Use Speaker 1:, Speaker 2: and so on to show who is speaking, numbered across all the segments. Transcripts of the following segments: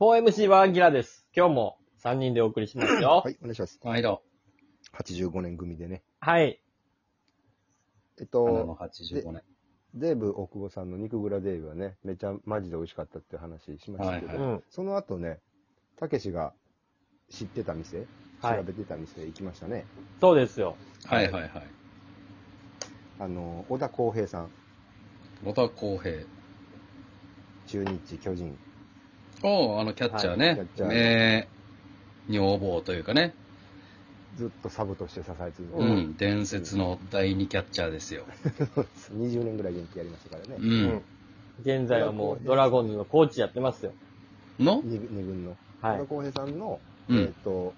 Speaker 1: 4MC はギラです。今日も3人でお送りしますよ
Speaker 2: は。い、お願いします。
Speaker 3: この間、
Speaker 2: 85年組でね。
Speaker 1: はい。
Speaker 2: えっ
Speaker 3: 花の
Speaker 2: と、
Speaker 3: 85年。
Speaker 2: デーブ大久保さんの肉グラデーブはね、めちゃマジで美味しかったっていう話しましたけど、
Speaker 3: はいうは
Speaker 1: ん。
Speaker 2: その後ね、たけしが知ってた店、
Speaker 1: はい
Speaker 2: 調べてた店行きましたね。
Speaker 1: そうですよ。
Speaker 3: はいはいはい。
Speaker 2: あの、小田康平さん、
Speaker 3: 野田康平。
Speaker 2: 中日、巨人。
Speaker 3: おうあの、キャッチャー
Speaker 2: はいキャ
Speaker 3: ね
Speaker 2: ッ。チャー
Speaker 3: 名、女房というかね。
Speaker 2: ずっとサブとして支え続けて、
Speaker 3: う ん。伝説の第二キャッチャーですよ。
Speaker 2: 20年ぐらい元気やりましたから
Speaker 3: う
Speaker 2: ね。
Speaker 3: ん。
Speaker 1: 現在はもうドラゴンズのコーチやってますよ。
Speaker 3: の
Speaker 2: 二二軍の。
Speaker 1: はい
Speaker 2: 小田康平さんの、
Speaker 3: うん
Speaker 2: えっと、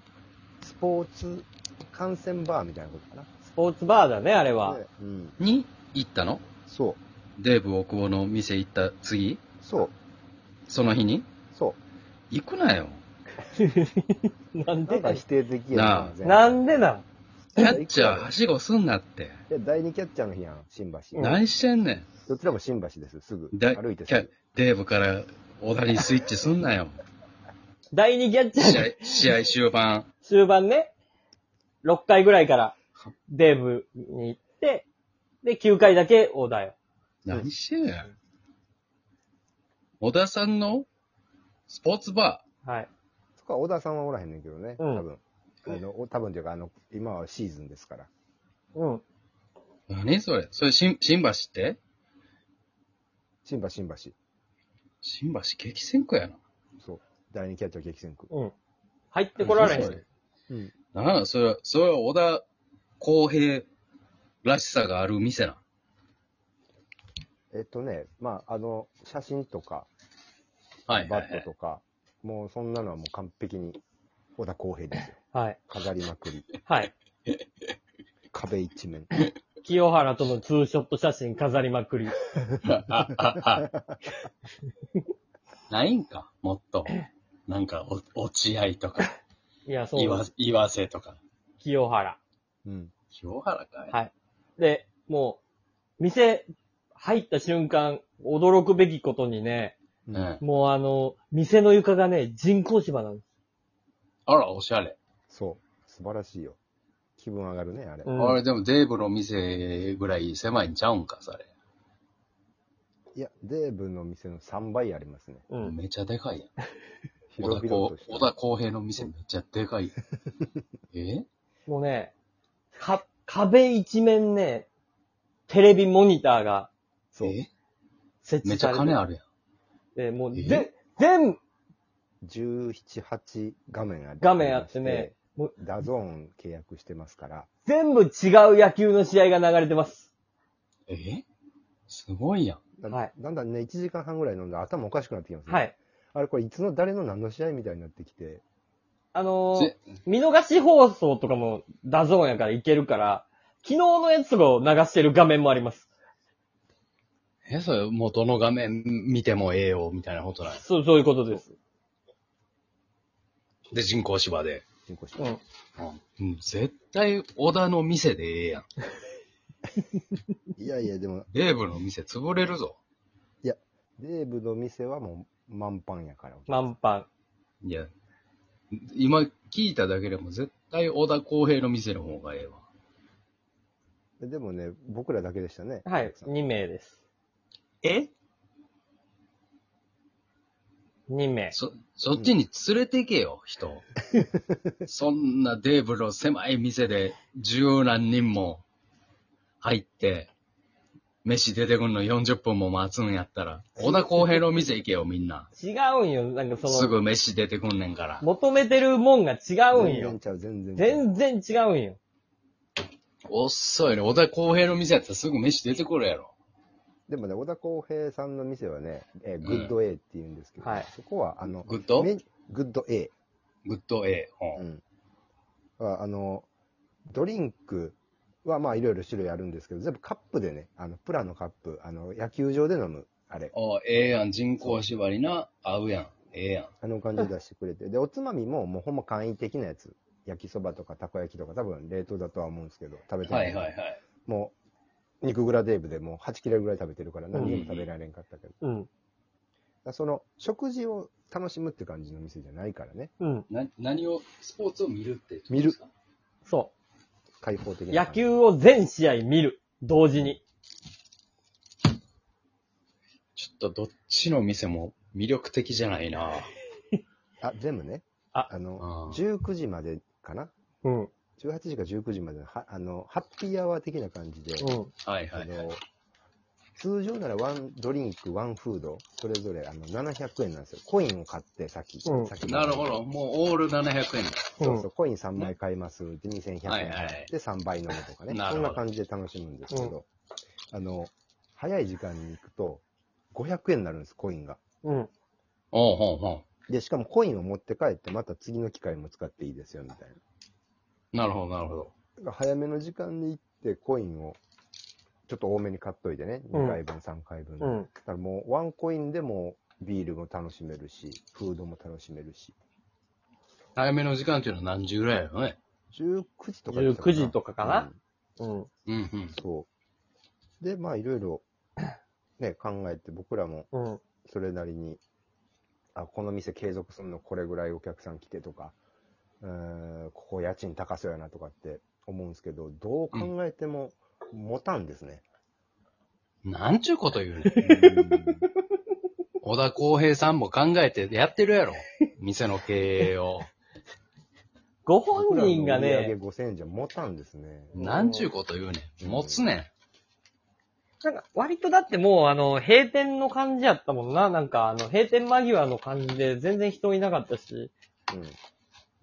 Speaker 2: スポーツ観戦バーみたいなことかな。
Speaker 1: スポーツバーだね、あれは。
Speaker 2: でうん。
Speaker 3: に行ったの
Speaker 2: そう。
Speaker 3: デーブ大久保の店行った次
Speaker 2: そう。
Speaker 3: その日に
Speaker 2: そう。
Speaker 3: 行くなよ。
Speaker 1: なん
Speaker 2: な
Speaker 1: で
Speaker 2: んか否定的や
Speaker 3: なあ
Speaker 2: 全然
Speaker 1: なんでなん
Speaker 3: キャッチャーはしごすんなって。
Speaker 2: いや第二キャッチャーの日やん、新橋。
Speaker 3: 何してんね
Speaker 2: どちらも新橋です、すぐ。
Speaker 3: ん。だ
Speaker 2: 歩いて
Speaker 3: キ
Speaker 2: す
Speaker 3: ャ
Speaker 2: ぐ。
Speaker 3: デーブから小田にスイッチすんなよ。
Speaker 1: 第2キャッチャー
Speaker 3: 試合、試合終盤。
Speaker 1: 終盤ね、6回ぐらいからデーブに行って、で、9回だけオーダーよ。
Speaker 3: 何してんねん。小田さんのスポーツバ
Speaker 1: はい。
Speaker 2: そこは小田さんはおらへんねんけどね、多
Speaker 1: うん
Speaker 2: 分。あの、お多分というか、あの、今はシーズンですから。
Speaker 1: うん。
Speaker 3: ー。何それそれ新、新橋って
Speaker 2: 新橋、新橋。
Speaker 3: 新橋激戦区やな。
Speaker 2: そう。第二キャッチャー激戦区。
Speaker 1: うん。入ってこられへ
Speaker 3: 何そ
Speaker 1: ん。
Speaker 2: うん。
Speaker 3: なんだ、それは、それは小田公平らしさがある店な。
Speaker 2: えっとね、まあ、あの、写真とか、
Speaker 3: はいは
Speaker 2: バ
Speaker 3: い、は
Speaker 2: ッ
Speaker 3: い
Speaker 2: ト。とか、もうそんなのはもう完璧に、小田康平ですよ。
Speaker 1: はい。
Speaker 2: 飾りまく り。
Speaker 1: はい。
Speaker 2: 壁一面。
Speaker 1: 清原とのツーショット写真飾りまくり。
Speaker 3: あああないんか、もっと。なんか、お落合とか、
Speaker 1: いや、そ
Speaker 3: 岩
Speaker 1: う。
Speaker 3: 岩瀬とか。
Speaker 1: 清原。
Speaker 2: うん。
Speaker 3: 清原かい。
Speaker 1: はい。で、もう、店入った瞬間、驚くべきことにね、
Speaker 2: うん
Speaker 3: うん。
Speaker 1: もうあの、店の床がね、人工芝なんです。
Speaker 3: あら、おしゃれ。
Speaker 2: そう。素晴らしいよ。気分上がるね、あれ。
Speaker 1: うん
Speaker 3: あれ、でもデーブの店ぐらい狭いんちゃうんか、それ。
Speaker 2: いや、デーブの店の3倍ありますね。
Speaker 1: うん。
Speaker 3: めちゃでかいやん。小
Speaker 2: 広
Speaker 3: 田
Speaker 2: 々
Speaker 3: こ
Speaker 2: として
Speaker 3: 小田公平の店めっちゃでかい やん。え
Speaker 1: もうね、か、壁一面ね、テレビモニターが
Speaker 2: そう。
Speaker 3: え
Speaker 1: 設
Speaker 3: め
Speaker 1: 置
Speaker 3: ち
Speaker 1: さ
Speaker 3: ゃ
Speaker 1: れて
Speaker 3: 金あるやん。
Speaker 1: で、もう、
Speaker 3: え
Speaker 1: ぜ、全
Speaker 2: 17、8画面ありまして
Speaker 1: 画面あってね、もう
Speaker 2: ダゾーン契約してますから、
Speaker 1: 全部違う野球の試合が流れてます。
Speaker 3: えすごいやん。
Speaker 2: だ,、
Speaker 1: はい
Speaker 2: だんだんね、1時間半ぐらい飲んだら頭おかしくなってきますね。
Speaker 1: はい。
Speaker 2: あれ、これいつの誰の何の試合みたいになってきて、
Speaker 1: あのー
Speaker 3: ぜ
Speaker 1: 見逃し放送とかもダゾーンやからいけるから、昨日のやつを流してる画面もあります。
Speaker 3: え、それ、もうどの画面見てもええよ、みたいなことなんや
Speaker 1: そう、そういうことです。
Speaker 3: で、人工芝で。
Speaker 2: 人工芝
Speaker 1: うん。
Speaker 3: うん。絶対、小田の店でええやん。
Speaker 2: いやいや、でも、
Speaker 3: デーブの店潰れるぞ。
Speaker 2: デーブの店はもう満帆やから。
Speaker 1: 満帆。
Speaker 3: いや、今聞いただけでも絶対小田公平の店の方がええわ。
Speaker 2: でもね、僕らだけでしたね。
Speaker 1: は
Speaker 2: お
Speaker 1: い
Speaker 2: 客。さん
Speaker 1: 2名です。
Speaker 3: え
Speaker 1: 2名。
Speaker 3: そ、そっちに連れてけよ、人。そんなデーブの狭い店で十何人も入って、飯出てくんの40分も待つんやったら、小田公平の店行けよ、みんな。
Speaker 1: 違うんよ。なんか
Speaker 3: す
Speaker 1: その、
Speaker 3: ぐ飯出てくんねんから。
Speaker 1: 求めてるもんが違うん
Speaker 2: 全然
Speaker 1: よ。
Speaker 2: ちゃう、全然ちゃう。
Speaker 1: 全然違うんよ。
Speaker 3: 遅いね。小田公平の店やったらすぐ飯出てくるやろ。
Speaker 2: でもね、小田康平さんの店はね、えーグッド A って言うんですけど、
Speaker 1: はい
Speaker 2: そこは、あの、
Speaker 3: グッド
Speaker 2: メグッド A。
Speaker 3: グッド A。
Speaker 2: う
Speaker 3: うん
Speaker 2: ん。ああの、ドリンクはまあいろいろ種類あるんですけど、全部カップでね、あの、プラのカップ、あの、野球場で飲む、あれ、
Speaker 3: あええやん。人工縛りな。合うやん。ええやん。
Speaker 2: あの感じで出してくれて。で、おつまみももうほんま簡易的なやつ。焼きそばとかたこ焼きとか多分冷凍だとは思うんですけど、食べて
Speaker 3: は
Speaker 2: ない
Speaker 3: はいはい。
Speaker 2: もう、肉グラデーブでもう8切れぐらい食べてるから何でも食べられんかったけど。だか
Speaker 1: うん。
Speaker 2: らその、食事を楽しむって感じの店じゃないからね。
Speaker 1: うん。
Speaker 3: な何を、スポーツを見るってこと
Speaker 2: 見る
Speaker 3: ですか
Speaker 1: そ
Speaker 2: 開放的
Speaker 1: う。
Speaker 2: な
Speaker 1: 野
Speaker 2: 感じ。
Speaker 1: 球を全試合見る。同時に。
Speaker 3: ちょっとどっちの店も魅力的じゃないな
Speaker 2: あ、全部ね。
Speaker 1: あ
Speaker 2: あの
Speaker 3: あ、ー
Speaker 2: 19時までかな
Speaker 1: うん。うん。
Speaker 2: ?18 時か19時までの、は、あの、ハッピーアワー的な感じで、
Speaker 3: はいは
Speaker 2: あ
Speaker 3: いはい。
Speaker 2: の、通常ならワンドリンク、ワンフード、それぞれあの700円なんですよ。コインを買って、さっき。
Speaker 1: うん
Speaker 2: さっき
Speaker 3: なるほど。。もうオール700円。
Speaker 2: そうそう、コイン3枚買います。で、2100円
Speaker 3: はい
Speaker 2: 払
Speaker 3: はい
Speaker 2: って3倍飲むとかね。
Speaker 3: なる
Speaker 2: そん
Speaker 3: ほど
Speaker 2: な感じで楽しむんですけど、あの、早い時間に行くと、500円になるんです、コインが。
Speaker 1: うん。
Speaker 3: おうほうほ
Speaker 2: で、しかもコインを持って帰って、また次の機会も使っていいですよ、みたいな。
Speaker 3: う。なるほど、なるほど。
Speaker 2: だから早めの時間に行って、コインを、ちょっと多めに買っといてね。
Speaker 1: うん
Speaker 2: 2回分、3回分。
Speaker 1: う
Speaker 2: だ
Speaker 1: ん。
Speaker 2: からもう、ワンコインでも、ビールも楽しめるし、フードも楽しめるし。
Speaker 3: 早めの時間っていうのは何時ぐらいだろうね。
Speaker 2: 19時とかでしたか
Speaker 1: 19
Speaker 2: な
Speaker 1: 時とかかな
Speaker 2: うん
Speaker 1: うん。
Speaker 3: うんうん。
Speaker 2: そう。で、まあ、いろいろ、ね、考えて、僕らも
Speaker 1: うん。
Speaker 2: それなりに、あ、この店継続するのこれぐらいお客さん来てとか、うーんここ家賃高そうやなとかって思うんですけど、どう考えても持たんです ね。
Speaker 3: なんちゅうこと言うねん。小田康平さんも考えてやってるやろ。店の経営を。
Speaker 1: ご
Speaker 2: 僕
Speaker 1: 本
Speaker 2: らの
Speaker 1: 人が
Speaker 2: 売り上
Speaker 1: ね、
Speaker 2: げ5000円じゃ持たんですね。
Speaker 3: なんちゅうこと言うねん。持つね
Speaker 1: なんか割とだってもうあの、閉店の感じやったもんな。なんかあの、閉店間際の感じで全然人いなかったし。
Speaker 2: うん。
Speaker 3: ん。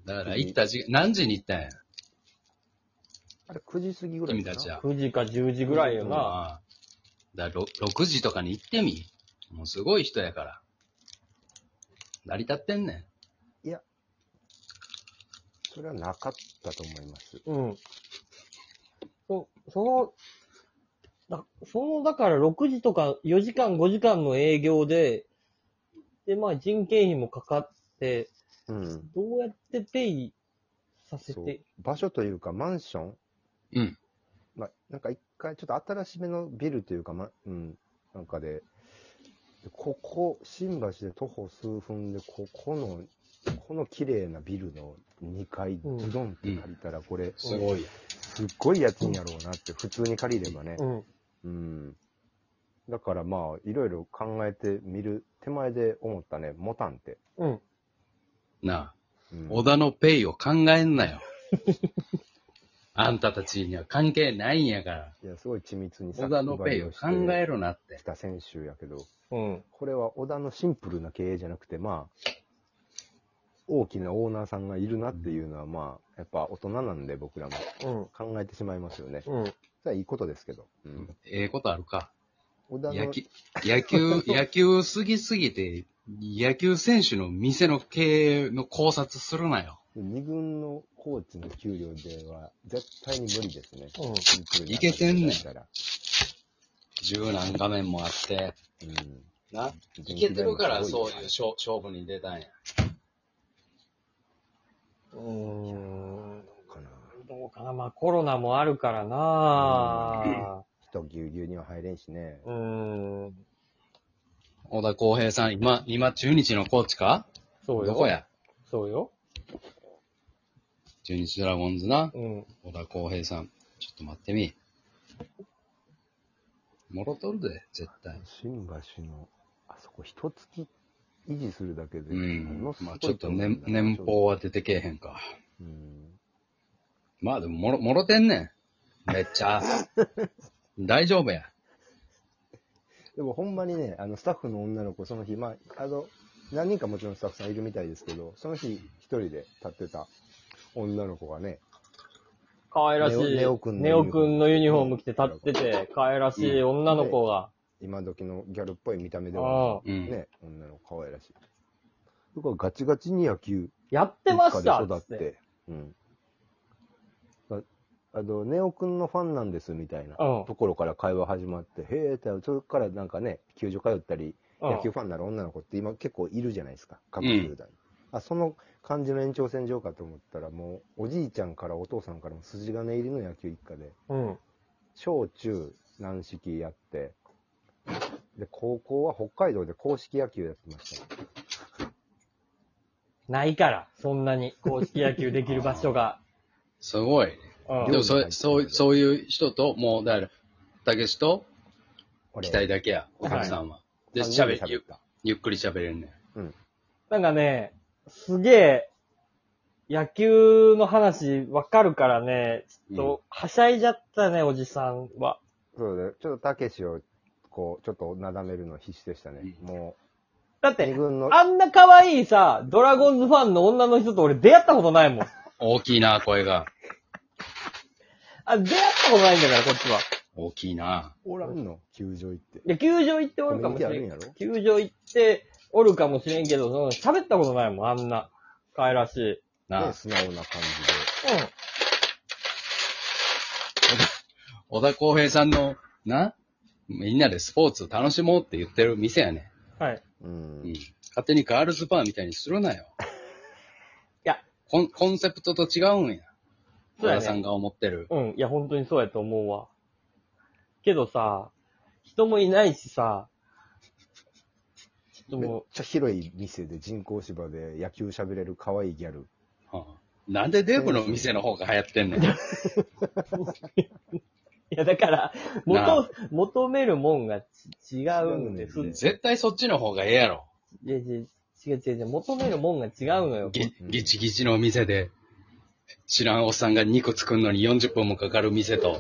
Speaker 3: だから行った時間、何時に行ったんや。
Speaker 2: あれ9時過ぎぐらい
Speaker 3: 君
Speaker 2: か
Speaker 3: た
Speaker 2: な。
Speaker 3: ちは。
Speaker 1: 9時か10時ぐらいよな。
Speaker 3: ああ。だからろ6時とかに行ってみ。もうすごい人やから。成り立ってんね
Speaker 2: いや、それはなかったと思います。
Speaker 1: うん。そ、その、だその、だから6時とか4時間5時間の営業で、で、まあ人件費もかかって、
Speaker 2: うん。
Speaker 1: どうやってペイさせ
Speaker 2: そう
Speaker 1: て、
Speaker 2: 場所というか、マンション
Speaker 3: ん。うん。
Speaker 2: まあ、なんか一回、ちょっと新しめのビルというか、ま、うん、なんかで、でここ、新橋で徒歩数分で、ここの、この綺麗なビルの2階、
Speaker 1: うん
Speaker 2: ズドンって借りたら、これ、
Speaker 3: すごいよ。
Speaker 2: すっごい家賃やろうなって、普通に借りればね。
Speaker 1: うん。
Speaker 2: うん。だからまあ、いろいろ考えてみる手前で思ったね、モタンって。
Speaker 1: うん。
Speaker 3: なあ。
Speaker 2: うん、
Speaker 3: 小田のペイを考えんなよ。 あんたたちには関係ないんやから。
Speaker 2: いや、すごい緻密に
Speaker 3: 小田のペイを考えろなって
Speaker 2: き。た選手やけど、
Speaker 1: うん。
Speaker 2: これは小田のシンプルな経営じゃなくて、まあ、大きなオーナーさんがいるなっていうのは、まあ、やっぱ大人なんで僕らも
Speaker 1: うん。
Speaker 2: 考えてしまいますよね。
Speaker 1: うん。
Speaker 2: それはいいことですけど。うん。
Speaker 3: ええことあるか。
Speaker 2: 小田
Speaker 3: 野
Speaker 2: の、
Speaker 3: 球、野 球、野球すぎすぎて、野球選手の店の経営の考察するなよ。
Speaker 2: 二軍のコーチの給料では、絶対に無理ですね。
Speaker 1: うん。
Speaker 2: シンプルに
Speaker 3: いけてんねん
Speaker 2: 考えたら
Speaker 3: 柔軟画面もあって。
Speaker 2: うん。
Speaker 3: な。
Speaker 2: 電
Speaker 3: い
Speaker 2: 気
Speaker 3: け
Speaker 2: 代も
Speaker 3: てるから、
Speaker 2: すご
Speaker 3: そ
Speaker 2: いう
Speaker 3: いう勝勝負に出たんや。
Speaker 1: うーん。
Speaker 2: かな。
Speaker 1: どうかな。まあコロナもあるからな
Speaker 2: 人ぎゅうぎゅうには入れんしね。
Speaker 1: うーん。
Speaker 3: 小田康平さん、今、今、中日のコーチか
Speaker 1: そうよ。
Speaker 3: どこや
Speaker 1: そうよ。
Speaker 3: 中日ドラゴンズな。
Speaker 1: うん。
Speaker 3: 小田康平さん。ちょっと待ってみ。もろとるで、絶対。
Speaker 2: 新橋の、あそこ一月維持するだけで、
Speaker 3: うん
Speaker 2: もの。すご
Speaker 3: まあ
Speaker 2: い
Speaker 3: ちょっと
Speaker 2: な
Speaker 3: 年、年俸は出てけえへんか。
Speaker 2: うん。
Speaker 3: まあでも、もろ、もろてんねん。めっち ゃ。大丈夫や。
Speaker 2: でもほんまにね、あの、スタッフの女の子、その日、まあ、あの、何人かもちろんスタッフさんいるみたいですけど、その日一人で立ってた女の子がね、
Speaker 1: 可愛らしい。
Speaker 2: ネオネオ君の
Speaker 1: ネオ君のユニフォーム着て立ってて、可愛らしい女の子が。
Speaker 2: 今時のギャルっぽい見た目で
Speaker 1: ああ
Speaker 2: は、
Speaker 3: うん
Speaker 2: ね、女の子可愛らしい。僕はガチガチに野球
Speaker 1: やっ
Speaker 2: 一
Speaker 1: てま
Speaker 2: 家
Speaker 1: し
Speaker 2: で
Speaker 1: た
Speaker 2: 育
Speaker 1: つ
Speaker 2: っ、
Speaker 1: ってて。
Speaker 2: うん。ああの、ネオくんのファンなんですみたいな
Speaker 1: うん
Speaker 2: ところから会話始まって、へえって、それからなんかね、球場通ったり、
Speaker 1: うん
Speaker 2: 野球ファンになる女の子って今結構いるじゃないですか、各球団、あその感じの延長線上かと思ったら、もうおじいちゃんからお父さんからも筋金入りの野球一家で、
Speaker 1: うん。
Speaker 2: 小中軟式やって、で、高校は北海道で硬式野球やってました。
Speaker 1: ないから、そんなに公式野球できる場所が。
Speaker 3: すごいね。
Speaker 1: うん
Speaker 3: でもそれ、そう、そういう人と、もう、だから、たけしと、
Speaker 2: 俺
Speaker 3: 期待だけや、お客さんは。で、喋
Speaker 2: 喋
Speaker 3: ゆ
Speaker 2: った。
Speaker 3: ゆっくり喋れるねん。
Speaker 1: なんかね、すげえ、野球の話わかるからね、ちょっと、はしゃいじゃったね、おじさんは。
Speaker 2: そうだね。ちょっとたけしを、こう、ちょっとなだめるの必死でしたね。も
Speaker 1: だっ
Speaker 2: う、
Speaker 1: て
Speaker 2: 二、軍の、
Speaker 1: あんな可愛いさ、ドラゴンズファンの女の人と俺出会ったことないもん。
Speaker 3: 大きいな、声が。
Speaker 1: あ、出会ったことないんだから、こっちは。
Speaker 3: 大きいな。
Speaker 2: おらんの球場行って。
Speaker 1: いや、球場行っておるかもし
Speaker 2: コミ
Speaker 1: れ
Speaker 2: ュニ
Speaker 1: ん
Speaker 2: ティあるんやろ。
Speaker 1: 球場行っておるかもしれんけど、その喋ったことないもん、あんな。可愛らしい。うん。
Speaker 3: な
Speaker 2: ね
Speaker 3: あ、
Speaker 2: 素直な感
Speaker 3: 小田康平さんの、な、みんなでスポーツ楽しもうって言ってる店やね
Speaker 1: はい。
Speaker 2: じで。うん
Speaker 3: ん。うん。。勝手にガールズバーみたいにす るなよ。
Speaker 1: いや
Speaker 3: コン、コンセプトと違うんや。
Speaker 1: そう
Speaker 3: 小
Speaker 1: やね
Speaker 3: 田さんが思ってる。
Speaker 1: うん。いや、本当にそうやと思うわ。けどさ、人もいないしさ、ちょっと
Speaker 2: めっ
Speaker 1: も
Speaker 2: ちゃ広い店で人工芝で野球喋れる可愛いギャル。
Speaker 3: うんなんでデブの店の方が流行ってんねん。
Speaker 1: う、いや、だから、
Speaker 3: な
Speaker 1: 求、求めるもんがち違うんです
Speaker 2: 違う。ん
Speaker 3: 絶対そっちの方がええやろ。
Speaker 1: いや、いや違う違う違う、求めるもんが違うのよ。
Speaker 3: ぎ、ぎちぎちの店で、知らんおっさんが2個作るのに40分もかかる店と。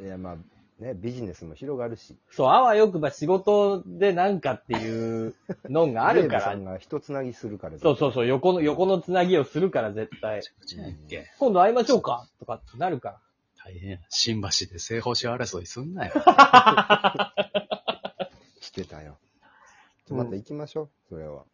Speaker 2: いや、まあ、ね、ビジネスも広がるし。
Speaker 1: そう、あわよくば仕事でなんかっていうのがあるか
Speaker 2: デーブさ
Speaker 1: ら
Speaker 2: ん。が一つなぎするから。
Speaker 1: そうそうそう、横の、横のつなぎをするから絶対。
Speaker 3: やっけ
Speaker 1: 今度会いましょうかとかってなるから。
Speaker 3: 大変や。新橋で正方針争いすんなよ。
Speaker 2: してたよ。ちょっとまた行きましょう、それは。